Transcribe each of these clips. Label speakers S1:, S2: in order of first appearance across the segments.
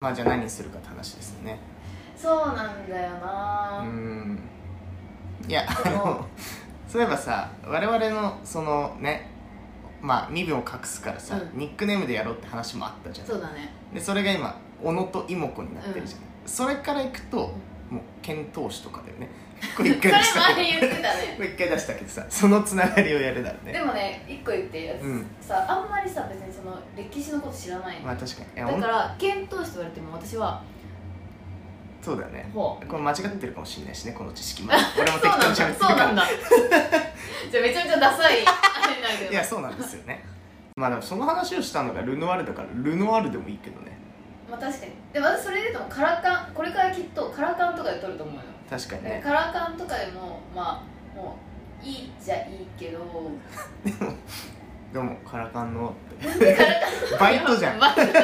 S1: まあじゃあ何するかって話ですよね
S2: そうなんだよな
S1: う
S2: ぁ、
S1: んいやあ
S2: でも
S1: のそういえばさ我々のそのねまあ身分を隠すからさ、
S2: うん
S1: ニックネームでやろうって話もあったじゃん
S2: そうだね
S1: でそれが今小野と妹子になってるじゃん、それからいくと、もう遣唐使とかだよねこれ一
S2: そ
S1: 回
S2: れ
S1: 出したけ
S2: 前言
S1: ど
S2: ってた ね
S1: これ一回出したけどさそのつながりをやるだろう
S2: で
S1: ね
S2: もね一個言っていいやつ、
S1: うん
S2: さあんまりさ別にその歴史のこと知らないの、
S1: まあ確かにいや
S2: だ
S1: ほん
S2: から遣唐使と言われても私は
S1: そうだよね
S2: ほう
S1: これ間違ってるかもしれないしねこの知識も俺も適当に
S2: そう
S1: 喋
S2: なんだ
S1: ってる
S2: そ
S1: か
S2: うなん
S1: ら
S2: だじゃあめちゃめちゃダサいあれになるけど
S1: いやそうなんですよ ねまあでもその話をしたのがルノワールだからルノワールでもいいけどね
S2: まあ確かにで私それで言うともカラカンこれからきっとカラカンとかで撮ると思うよ
S1: 確かに
S2: だから
S1: ね
S2: カラカンとかでもまあもういいっちゃいいけど
S1: でもカラカンのって
S2: なんでカラカン
S1: バイトじゃ ん
S2: バイトだね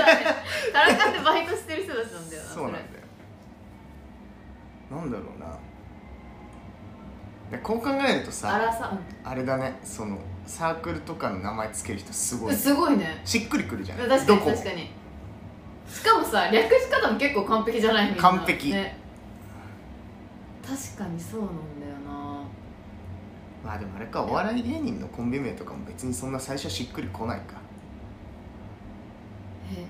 S2: カラカンってバイトしてる人たちなんだよな
S1: そうなんだよ
S2: れ
S1: なんだろうなでこう考えると
S2: あ
S1: さ
S2: らさ、
S1: あれだねそのサークルとかの名前つける人すご
S2: う
S1: い
S2: ん、すごいね
S1: しっくりくるじゃん
S2: 確かに
S1: どこも
S2: 確かにしかもさ略し方も結構完璧じゃないみんな
S1: 完璧
S2: ね、確かにそうなんだよな
S1: まあでもあれかお笑い芸人のコンビ名とかも別にそんな最初しっくりこない か
S2: え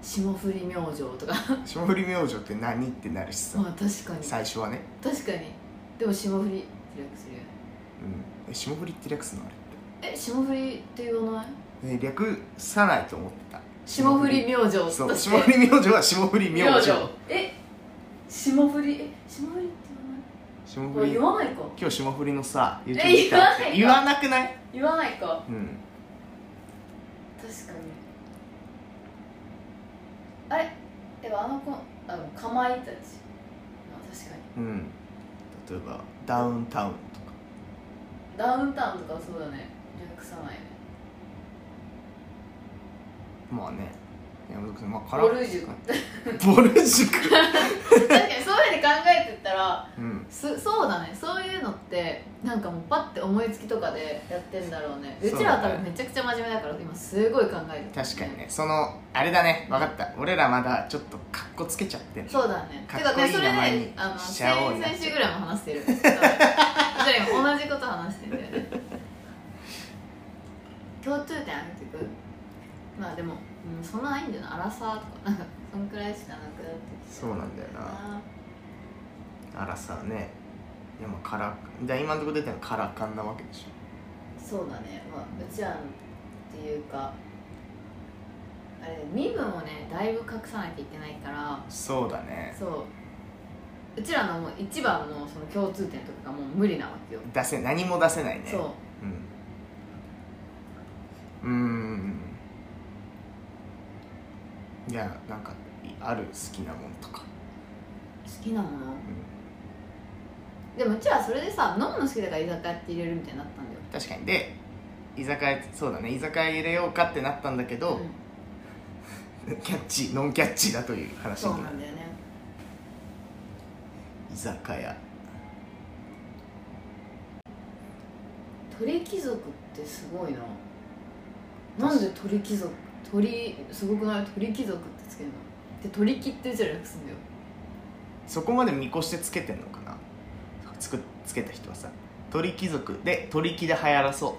S2: 霜降り明星とか
S1: 霜降り明星って何ってなるしさ
S2: まあ確かに
S1: 最初はね、
S2: 確かにでも霜降りって略するよね
S1: うん、え霜降りって略すのあれって
S2: え霜降りって言わない
S1: ね略さないと思ってた
S2: 霜降り明星として
S1: そう霜降り明星は霜降り明星
S2: え霜降りえ霜降りって
S1: 霜降
S2: 言わないあ
S1: り
S2: 言わないか
S1: 今日霜降りのさ YouTube
S2: え
S1: 見たら
S2: 言わ
S1: 言わなくない
S2: 言わないか
S1: うん
S2: 確かにあれでもあの子あのかまいたちまあ確かに
S1: うん例えばダウンタウンとか
S2: ダウンタウンとかはそうだね略さないね
S1: まあね山崎さんまあカラ
S2: ぼる塾
S1: ボル塾
S2: 確かにそういうふうに考えてったら
S1: うん
S2: すそうだねそういうのってなんかもうパッて思いつきとかでやってんだろうねうちらは多分めちゃくちゃ真面目だから今すごい考えてる
S1: 確かにねそのあれだね分かった俺らまだちょっとカッコつけちゃってる
S2: そうだね
S1: かっこいい
S2: てかねそれ
S1: 名前
S2: ね
S1: に
S2: あの
S1: しちゃおうよ
S2: 先先週ぐらいも話してるそうでも同じこと話してんだよ ね共通点あげてくまあでも、うん、そんなないんだよな荒さとかなんかそんくらいしかなくなってきて
S1: そうなんだよな
S2: あ
S1: あらさねいやまあカラじゃあ今のところ出たのカラカンなわけでし
S2: ーそうだねまあうちらのっていうかあれ身分をねだいぶ隠さないといけないから
S1: ょそうだね
S2: そううちらのもう一番のその共通点とかがもう無理なわけよ、
S1: 出せ何も出せないね
S2: そう
S1: うんうんいやなんかいある好きなもんとか、
S2: 好きなもの
S1: うん
S2: でもうちらそれでさ飲むの好きだから居酒屋って入れるみたいになったんだよ
S1: 確かにで居酒屋そうだね居酒屋入れようかってなったんだけど、
S2: ん
S1: キャッチーノンキャッチーだという話
S2: そう
S1: に
S2: な
S1: なる
S2: んだよね
S1: 居酒屋
S2: 鳥貴族ってすごいななんで鳥貴族鳥すごくない鳥貴族ってつけるので鳥貴ってうちら略すんだよ
S1: そこまで見越してつけてんのかなつくつけた人はさ鳥貴族で鳥貴で流行らそうっ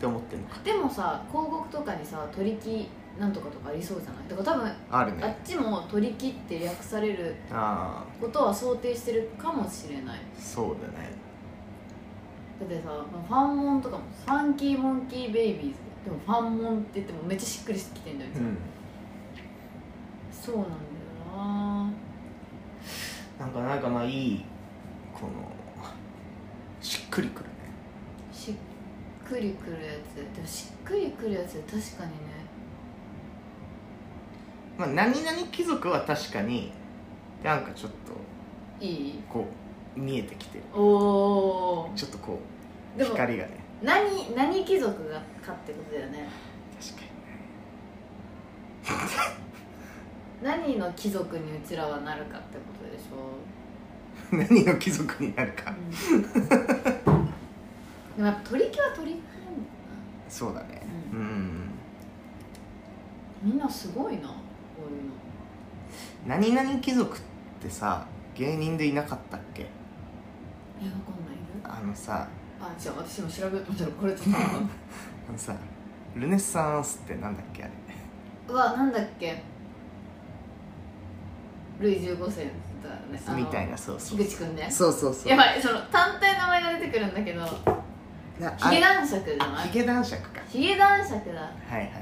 S1: て思ってんのか
S2: でもさ広告とかにさ鳥貴なんとかとかありそうじゃないだから多分
S1: ある
S2: あっ
S1: ね
S2: ちも鳥貴って略される
S1: ああ
S2: ことは想定してるかもしれない
S1: そうだね
S2: だってさファンモンとかもファンキーモンキーベイビーズでもファンモンって言ってもめっちゃしっくりしてきてんだよね、
S1: うん
S2: そうなんだよな
S1: なんかなんかまあいいこのしっくりくるね
S2: しっくりくるやつでもしっくりくるやつ確かにね
S1: まあ何々貴族は確かになんかちょっ
S2: いい
S1: とこう見えてきてる
S2: おお
S1: ちょっとこう
S2: でも
S1: 光がね
S2: 何何貴族がかってことだよね
S1: 確か
S2: 何の貴族にうちらはなるかってことでしょ、
S1: に何の貴族になるか
S2: うん、でもやっぱ鳥貴は鳥貴なんだよ
S1: そうだね
S2: な、
S1: うん
S2: うん、みんなすごいなこういうの
S1: 何々貴族ってさ芸人でいなかったっけ
S2: えわかんないいる
S1: あのさ
S2: あ違う私も調べようと思ったらこれとった
S1: あのさルネッサンスってなんだっけあれ
S2: うわなんだっけルイ15世だねあの
S1: みたいなそうそう
S2: 樋口くんね
S1: そうそうそう
S2: やばいその探偵の名前が出てくるんだけど
S1: なあ
S2: ヒゲ男爵じゃな
S1: あ
S2: い
S1: ヒゲ男爵か
S2: ヒゲ男爵だ
S1: はいはいはい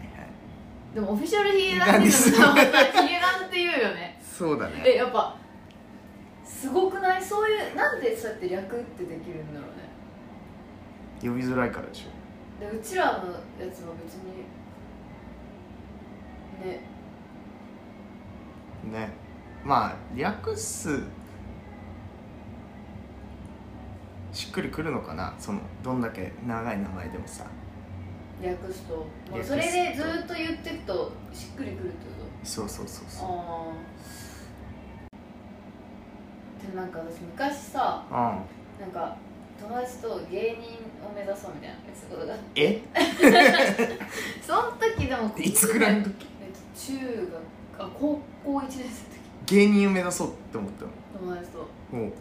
S2: でもオフィシャルヒゲ男爵 の名前ヒゲ男って言うよね
S1: そうだね
S2: えやっぱすごくないそういうなんでそうやって略ってできるんだろうね
S1: 呼びづらいからでしょ
S2: でうちらのやつは別にね
S1: ねまあ略すしっくりくるのかなそのどんだけ長い名前でもさ
S2: 略すと、まあ、
S1: 略す
S2: それでずっと言ってくとしっくりくるってこと
S1: そうそうそうそう
S2: あーでもなんか私昔さ
S1: うん
S2: なんか友達と芸人を目指そうみたいな言ってたことがあって
S1: え
S2: その時でも
S1: いつくらいの
S2: えっと
S1: 時
S2: 中学あ高校1年生の時
S1: 芸人を目指そうって思った
S2: 友達と
S1: のもう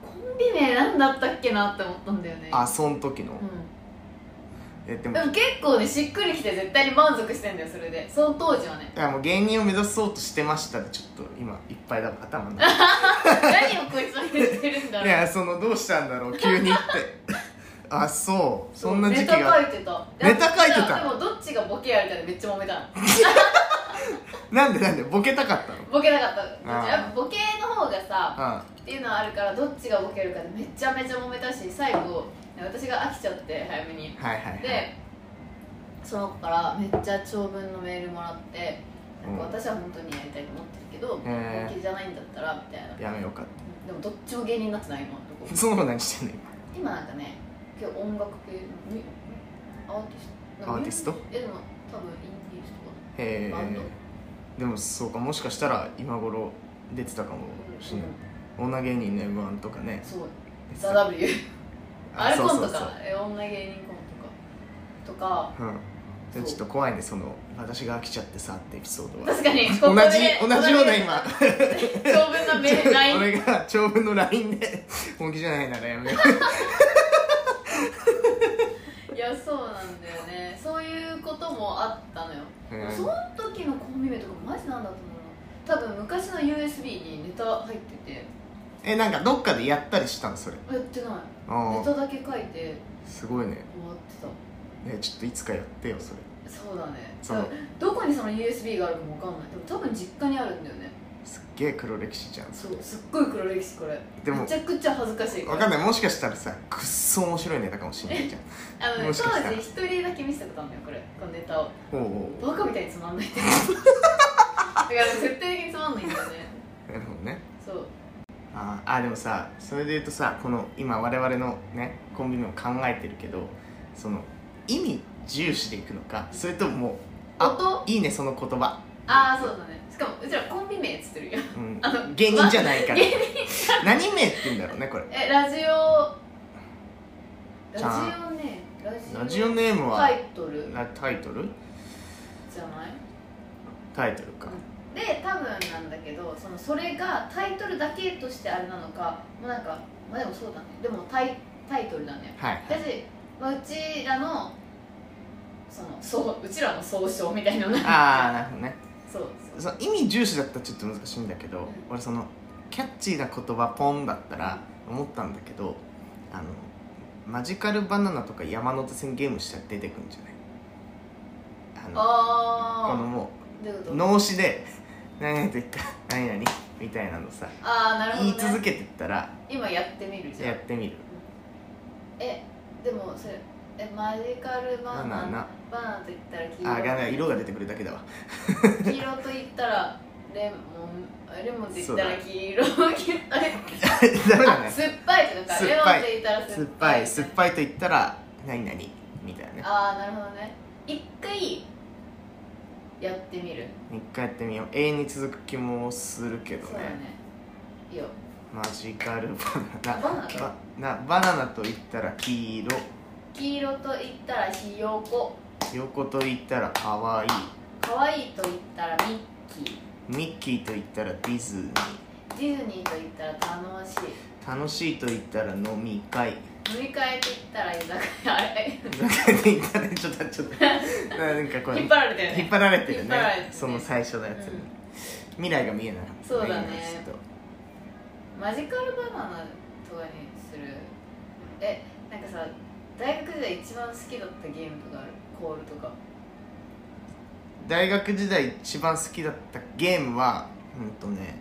S2: コンビ名なんだったっけなって思ったんだよね
S1: あそん時の
S2: う
S1: えで
S2: ん
S1: も
S2: でも結構ねしっくりきて絶対に満足してんだよそれでその当時は ね
S1: いやもう芸人を目指そうとしてましたでちょっと今いっぱいだから頭の中
S2: 何をこいつは言ってるんだろう
S1: いやそのどうしたんだ ろう急にって あそうそんな時期
S2: ネタ書
S1: が
S2: いてた
S1: ネタ書いてた
S2: でもどっちがボケやみたいなめっちゃ揉めたの
S1: なんでなんでボケたかったの
S2: ボケなかった
S1: あー
S2: やっぱボケの方がさ
S1: あ
S2: っていうのはあるからどっちがボケるかでめちゃめちゃ揉めたし最後私が飽きちゃって早めに
S1: あはいはいはい
S2: でその子からめっちゃ長文のメールもらってなんか
S1: うん
S2: 私は本当にやりたいと思ってるけど
S1: へー
S2: 本気じゃないんだったらみたいな
S1: やめようかっ
S2: でもどっちも芸人になってない今のとこ
S1: て その子何してんの
S2: 今なんかね今日音楽系のみアーティスト
S1: アーティスト
S2: えでも多分インディー
S1: へ
S2: ズとかバンド
S1: えでもそうかもしかしたら今頃出てたかもしれない、女芸人の m 1とかね
S2: そうザ・ W あれコン
S1: そう
S2: ト
S1: そう
S2: かえ女芸人コントかとか
S1: そううんでちょっと怖いねその私が飽きちゃってさってエピソードは
S2: 確かに
S1: 同
S2: ここで
S1: じ同じような今
S2: 長文なメール LINE
S1: 俺が長文の LINE で本気じゃないならやめよう
S2: いやそうなんだよねそういうことも あったのよ、
S1: うん
S2: その時のコンビ名とかマジなんだと思うの多分昔の USB にネタ入ってて
S1: えなんかどっかでやったりしたのそれ
S2: やってない
S1: あ
S2: ネ
S1: あ
S2: タだけ書いて
S1: すごいね
S2: 終わってた
S1: ねちょっといつかやってよそれ
S2: そうだね
S1: その
S2: 多分どこにその USB があるかもわかんないでも多分実家にあるんだよね
S1: すっげえ黒歴史じゃん
S2: そうすっごい黒歴史これ
S1: でも
S2: めちゃくちゃ恥ずかしい
S1: わかん
S2: ない
S1: ないもしかしたらさくっそ面白いネタかもしんないじゃん
S2: あのね
S1: もしかしたら
S2: 当時一人だけ見せたことあるんだよこれこのネタを
S1: おうおうおう
S2: バカみたいにつまんな いってだから絶対的につまんないんだよね
S1: なるほどね
S2: そう
S1: あーあーでもさそれで言うとさこの今我々のねコンビニを考えてるけどその意味重視でいくのかそれとももうあ
S2: 音
S1: いいねその言葉、
S2: ああそうだねしかもうちらコンビ名っつってるよ
S1: うん
S2: あの、
S1: 芸人じゃないから
S2: 芸
S1: 何名って言うんだろうねこれ
S2: えラジオラ
S1: じゃあ
S2: ジオねラジオ
S1: ラジオネームは
S2: タイトル
S1: なタイトル
S2: じゃない
S1: タイトルか、
S2: で多分なんだけどそのそれがタイトルだけとしてあれなのかもうなんかまあでもそうだねでもタイタイトルだね
S1: はい
S2: だし、まあ、うちらのそのそううちらの総称みたいなのなんか
S1: ああなるほどね
S2: そうそ
S1: そ
S2: う
S1: の意味重視だったらちょっと難しいんだけど、俺そのキャッチーな言葉ポンだったら思ったんだけどあのマジカルバナナとか山手線ゲームしたら出てくんじゃないあのこの
S2: あ
S1: も
S2: あどういう
S1: う
S2: こと
S1: 脳死で「何々と言った何々」みたいなのさ、
S2: ああなるほ
S1: 言い
S2: ど、
S1: 続
S2: ね、
S1: けてったら
S2: 今やってみるじゃん
S1: やってみる
S2: えでもそれえマジカルバナナ
S1: バナナ
S2: バナナと言ったら黄色
S1: あがね色が出てくるだけだわ
S2: 黄色と言ったらレモンあレモンと言った
S1: そう
S2: ら
S1: だ
S2: 黄色あれ
S1: ダメだ
S2: あ
S1: ね
S2: 酸っぱいとか
S1: 酸っ
S2: レモ
S1: ぱい
S2: ンと言ったら酸
S1: 酸
S2: っ
S1: っ
S2: ぱ
S1: ぱ
S2: い
S1: い酸っぱいと言ったら「何々」みたいなね
S2: ああなるほどね一回やってみる
S1: 一回やってみよう永遠に続く気もするけど
S2: そうだねいいよ
S1: マジカルバナナ
S2: バナナ
S1: ナなバナナと言ったら黄色
S2: 黄色と言ったらひよこ
S1: 横と言ったら可愛い
S2: 可愛いと言ったらミッキー
S1: ミッキーと言ったらディズニー
S2: ディズニーと言ったら楽しい
S1: 楽しいと言ったら飲み会
S2: 飲み会と言ったら居酒屋あれ
S1: なんかね言ったねちょっとちょっとなんかこれ
S2: 引っ張られたよ
S1: 引っ
S2: ね
S1: 張られてる
S2: 引っ
S1: ね
S2: 張られてるね
S1: その最初のやつ、
S2: うん
S1: 未来が見えなかった
S2: そう
S1: 今ち
S2: だね
S1: ょっと
S2: マジカルバナナとかにするえなんかさ大学時代一番好きだったゲームとかあるコールとか
S1: 大学時代一番好きだったゲームはうんとね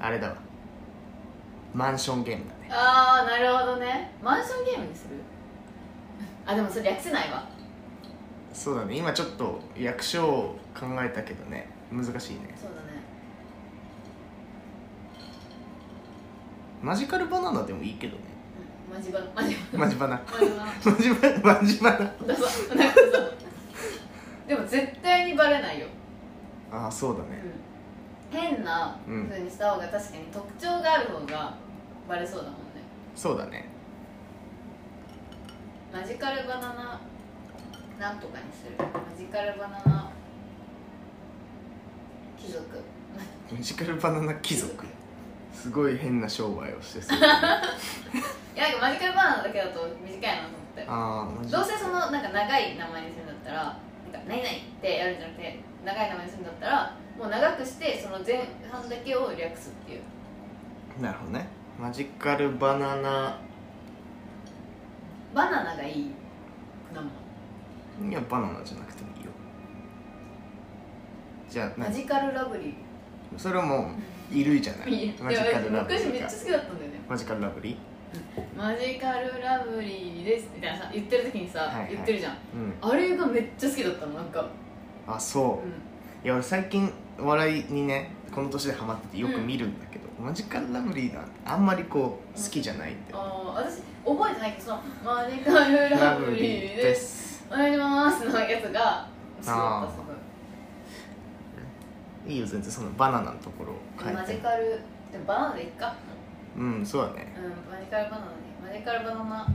S1: あれだわマンションゲームだね
S2: ああなるほどねマンションゲームにするあでもそれ略せないわ
S1: そうだね今ちょっと役所を考えたけどね難しいね
S2: そうだね
S1: マジカルバナナでもいいけど ね
S2: うんマジバマジ
S1: マジバナ
S2: マジ バナ
S1: マジバマジバナ
S2: だぞなんかさでも絶対にバレないよ、
S1: ああそうだね
S2: うん、変なふ
S1: うん
S2: うにした方が確かに特徴がある方がバレそうだもんね
S1: そうだね
S2: マジカルバナナなんとかにするマジカルバナナ貴族
S1: マジカルバナナ貴族すごい変な商売をしてそう
S2: いやなんかマジカルバナナだけだと短いなと思って
S1: ああマジ
S2: どうせそのなんか長い名前にするんだったら「なんか何々」ってやるんじゃなくて長い名前にするんだったらもう長くしてその前半だけを略すっていう
S1: なるほどねマジカルバナナ
S2: バナナがいいなもん
S1: いやバナナじゃなくてもいいよじゃあ
S2: マ
S1: 何
S2: ジカルラブリ
S1: それはもう衣類じゃな
S2: ーい
S1: い
S2: や
S1: マジカルラブリ
S2: 昔め
S1: ー
S2: っ
S1: か
S2: ちゃ好きだったんだよね
S1: マジカルラブリー
S2: マジカルラブリーですみたいなさ言ってる時にさ、
S1: はいはい
S2: 言ってるじゃん
S1: うん
S2: あれがめっちゃ好きだったのなんか、、
S1: あそううんいや俺最近お笑いにねこの年でハマっててよく見るんだけど、マジカルラブリーがあんまりこう好きじゃないんだよ
S2: あー私覚えてないけどそのマジカルラ
S1: ラ
S2: ブ
S1: ブ
S2: リ
S1: リ
S2: ー
S1: ー
S2: で
S1: ですす
S2: お願いしますのやつが好きだったすごい
S1: いいよ全然そのバナナのところを変
S2: マ
S1: え
S2: ジ
S1: て
S2: カルでもバナナでいっか
S1: うんそうだね
S2: うんマジカルバナナでマジカルバナナ
S1: マ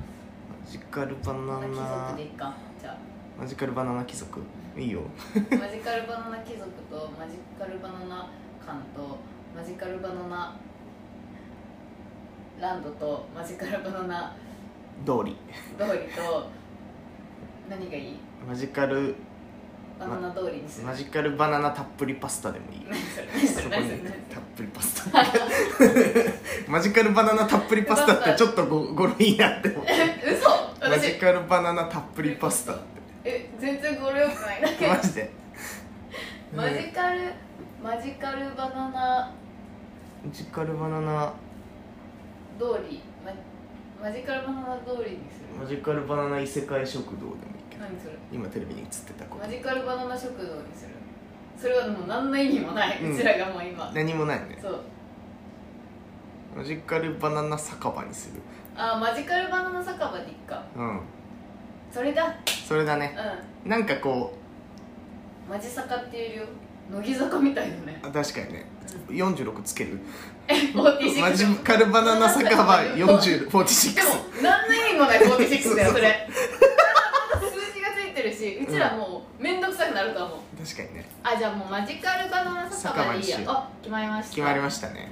S1: ジカルバナ
S2: 貴
S1: ナ
S2: 族でいっかじゃ
S1: マジカルバナナ貴族いいよ
S2: あマジカルバナナ貴族とマジカルバナナ館とマジカルバナナランドとマジカルバナナ
S1: 道理
S2: 通りと何がいい
S1: マジカル
S2: バナナ通りにする
S1: マジカルバナナたっぷりパスタでもいい
S2: 何それ何そ
S1: そ
S2: れ
S1: こ
S2: 何
S1: に
S2: それ何それ
S1: たっぷりパ スタマジカルバナナたっぷりパスタってちょっとご語呂いいなって思う
S2: え嘘
S1: マジ
S2: 私
S1: カルバナナたっぷりパスタっ
S2: え全然これよくないだけ
S1: て
S2: ど
S1: マジで
S2: マジカルマジカルバナナ
S1: マジカルバナナ
S2: 通りママジカルバナナ通りにする
S1: マジカルバナナ異世界食堂でもいいけど
S2: 何それ
S1: 今テレビに映ってたこ
S2: マ
S1: と
S2: ジカルバナナ食堂にするそれはもう何の意味もない、う
S1: うん
S2: ちらがもう今
S1: 何もないね
S2: そう
S1: マジカルバナナ酒場にする
S2: あマジカルバナナ酒場でいっか
S1: うん
S2: それだ
S1: それだね
S2: う
S1: なんかこ
S2: んマジ酒って言えるよ乃木坂みたいだ ね
S1: うあ確かにね46つける
S2: え46
S1: マジカルバナナ酒場40 46
S2: でも何の意味もない46だよそれまだ数字がついてるしうちらもう面倒くさくなると思う
S1: 確かにね
S2: あじゃあもうマジカルバナナ酒場
S1: 酒場
S2: でいいや
S1: にしよう
S2: あ決まりました
S1: 決まりましたね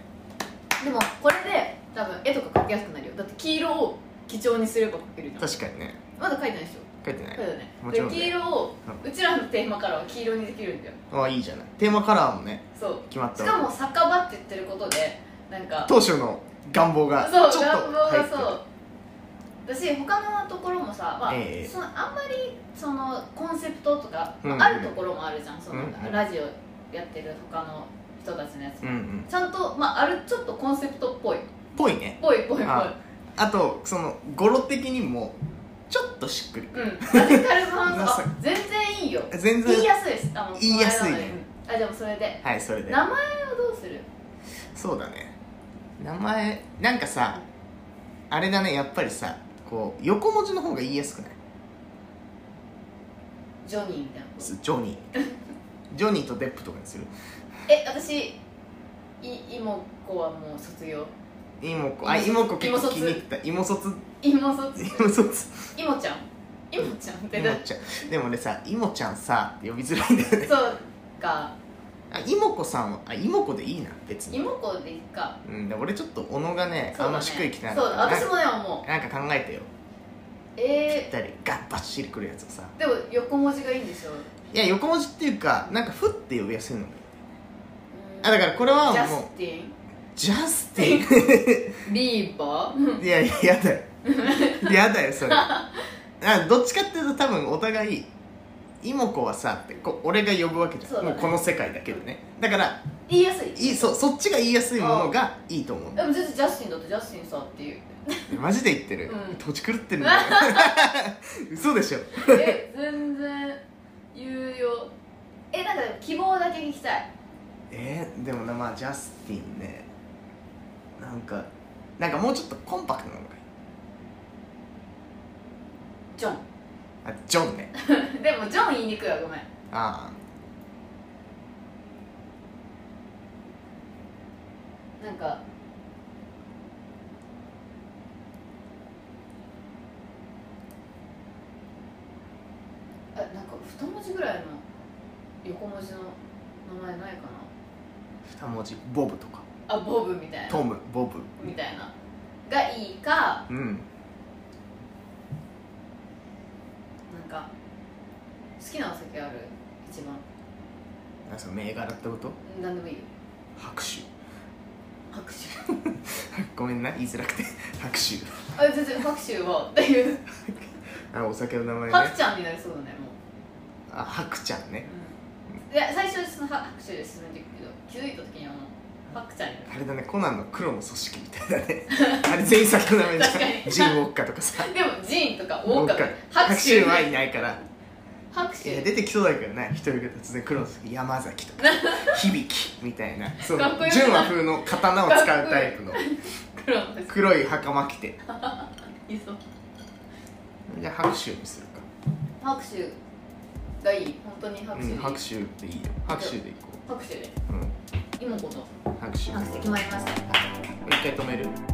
S2: でもこれで多分絵とか描きやすくなるよだって黄色を基調にすれば描けるじゃん
S1: 確かにね
S2: まだ描いてないでしょ
S1: 書いてない
S2: そうだよね
S1: もちろん
S2: で
S1: ね
S2: 黄色をうちらのテーマカラーは黄色にできるんだよ
S1: ああいいじゃないテーマカラーもね
S2: そう
S1: 決まっ
S2: したかも酒場って言ってることでなんか
S1: 当初の願望が
S2: そう
S1: ちょっと
S2: 願望が
S1: 入って
S2: そ
S1: た
S2: う私他のところもさ、まあ
S1: ええ
S2: そのあんまりそのコンセプトとか、まあ
S1: うん
S2: あるところもあるじゃんその、
S1: うんうん
S2: ラジオやってる他の人たちのやつ、
S1: うんうん
S2: ちゃんと、まあ、あるちょっとコンセプトっぽい
S1: ぽいね
S2: ぽいぽいぽい
S1: ああとその語呂的にもちょっとしっくり
S2: うん、マジカルバナナ
S1: まさ
S2: あ
S1: か
S2: 全然いいよ
S1: 全
S2: 言い
S1: 然
S2: やすいですあの
S1: 言いやすいね
S2: この間のねうんあでもそれで
S1: はいそれで
S2: 名前をどうする
S1: そうだね名前なんかさあれだねやっぱりさこう横文字の方が言いやすくない
S2: ジョニーみたいな
S1: ジョニー ジョニーとデップとかにする
S2: え私い妹子はもう卒業
S1: 妹子あ
S2: 妹
S1: 妹
S2: 子
S1: 子結構気に入った妹卒
S2: 妹卒
S1: 妹卒
S2: 妹ちゃん妹ちゃんって
S1: 妹ちゃんでも俺さ妹ちゃんさって呼びづらいんだよね
S2: そうか
S1: あ妹子さんはあ妹子でいいな別に、
S2: 妹子でいいか
S1: うん、で俺ちょっと小野がね
S2: そう
S1: あ
S2: だ
S1: ん
S2: ね
S1: ましっくりきてな
S2: そう
S1: か
S2: だ
S1: った
S2: 私もねもう
S1: なんか考えてよ
S2: え
S1: 二人がバッシリくるやつをさ
S2: ー、でも横文字がいいんでしょ
S1: いや横文字っていうかなんか「ふ」って呼びやすいのがいいあ
S2: う
S1: だ
S2: ん
S1: からこれは
S2: ジャ
S1: もう
S2: スティ
S1: ジャステ ィ
S2: ンビーバー
S1: ンいやいややだよやだよそれあどっちかっていうと多分お互い妹子はさってこう俺が呼ぶわけじゃん
S2: そうだね
S1: もうこの世界だけでねだから
S2: 言いやすい
S1: いいそうそっちが言いやすいものがいいと思う
S2: でも全然ジャスティンだってジャスティンさんっていう
S1: マジで言ってる、
S2: うん
S1: 土地狂ってるん だよ嘘でしょ
S2: え全然言うよえなんかでも希望だけ聞きたい
S1: えー、でもなまあジャスティンねなんかなんかもうちょっとコンパクトなのがいい
S2: ジョン
S1: あジョンね
S2: でもジョン言いにくいわごめん
S1: あ
S2: なんかえなんか二文字ぐらいの横文字の名前ないか
S1: あ2文字ボブとか
S2: なあボブみたいな
S1: トムボブ
S2: みたいながいいか
S1: うん
S2: なんか好きなお酒ある一番
S1: なんかその銘柄ってこと
S2: 何でもいいよ
S1: 拍手
S2: 拍手
S1: ごめんな言いづらくて 拍手
S2: あ全然拍手はっていう
S1: あお酒の名前ね
S2: 拍ちゃんになりそうだねもう
S1: あ白ちゃんね
S2: いや最初その拍手で進めていくけど気づいた時にはもう拍ちゃんになる
S1: あれだねコナンの黒の組織みたいだね あれ全員作の名前
S2: 確かに
S1: じ ゃんジン・ウォッカとかさ
S2: でもジーンとかウォーカー
S1: 白
S2: 拍手
S1: 手はいないから
S2: 拍
S1: いや
S2: 手
S1: 出てきそうだけどね一人が突然黒の組織山崎 とか響きみたいなそ
S2: かっこ
S1: の
S2: よくない
S1: 純和風の刀を使うタイプの
S2: 黒のです
S1: 黒い袴着て
S2: いそう
S1: じゃあ拍手にするか
S2: 拍手がいい本当に拍手で
S1: うん、
S2: いい
S1: 拍手でいいよ拍手でいこ
S2: 拍手で
S1: う、うん、
S2: 妹子と
S1: 拍手
S2: 拍手決まりました
S1: 一回止める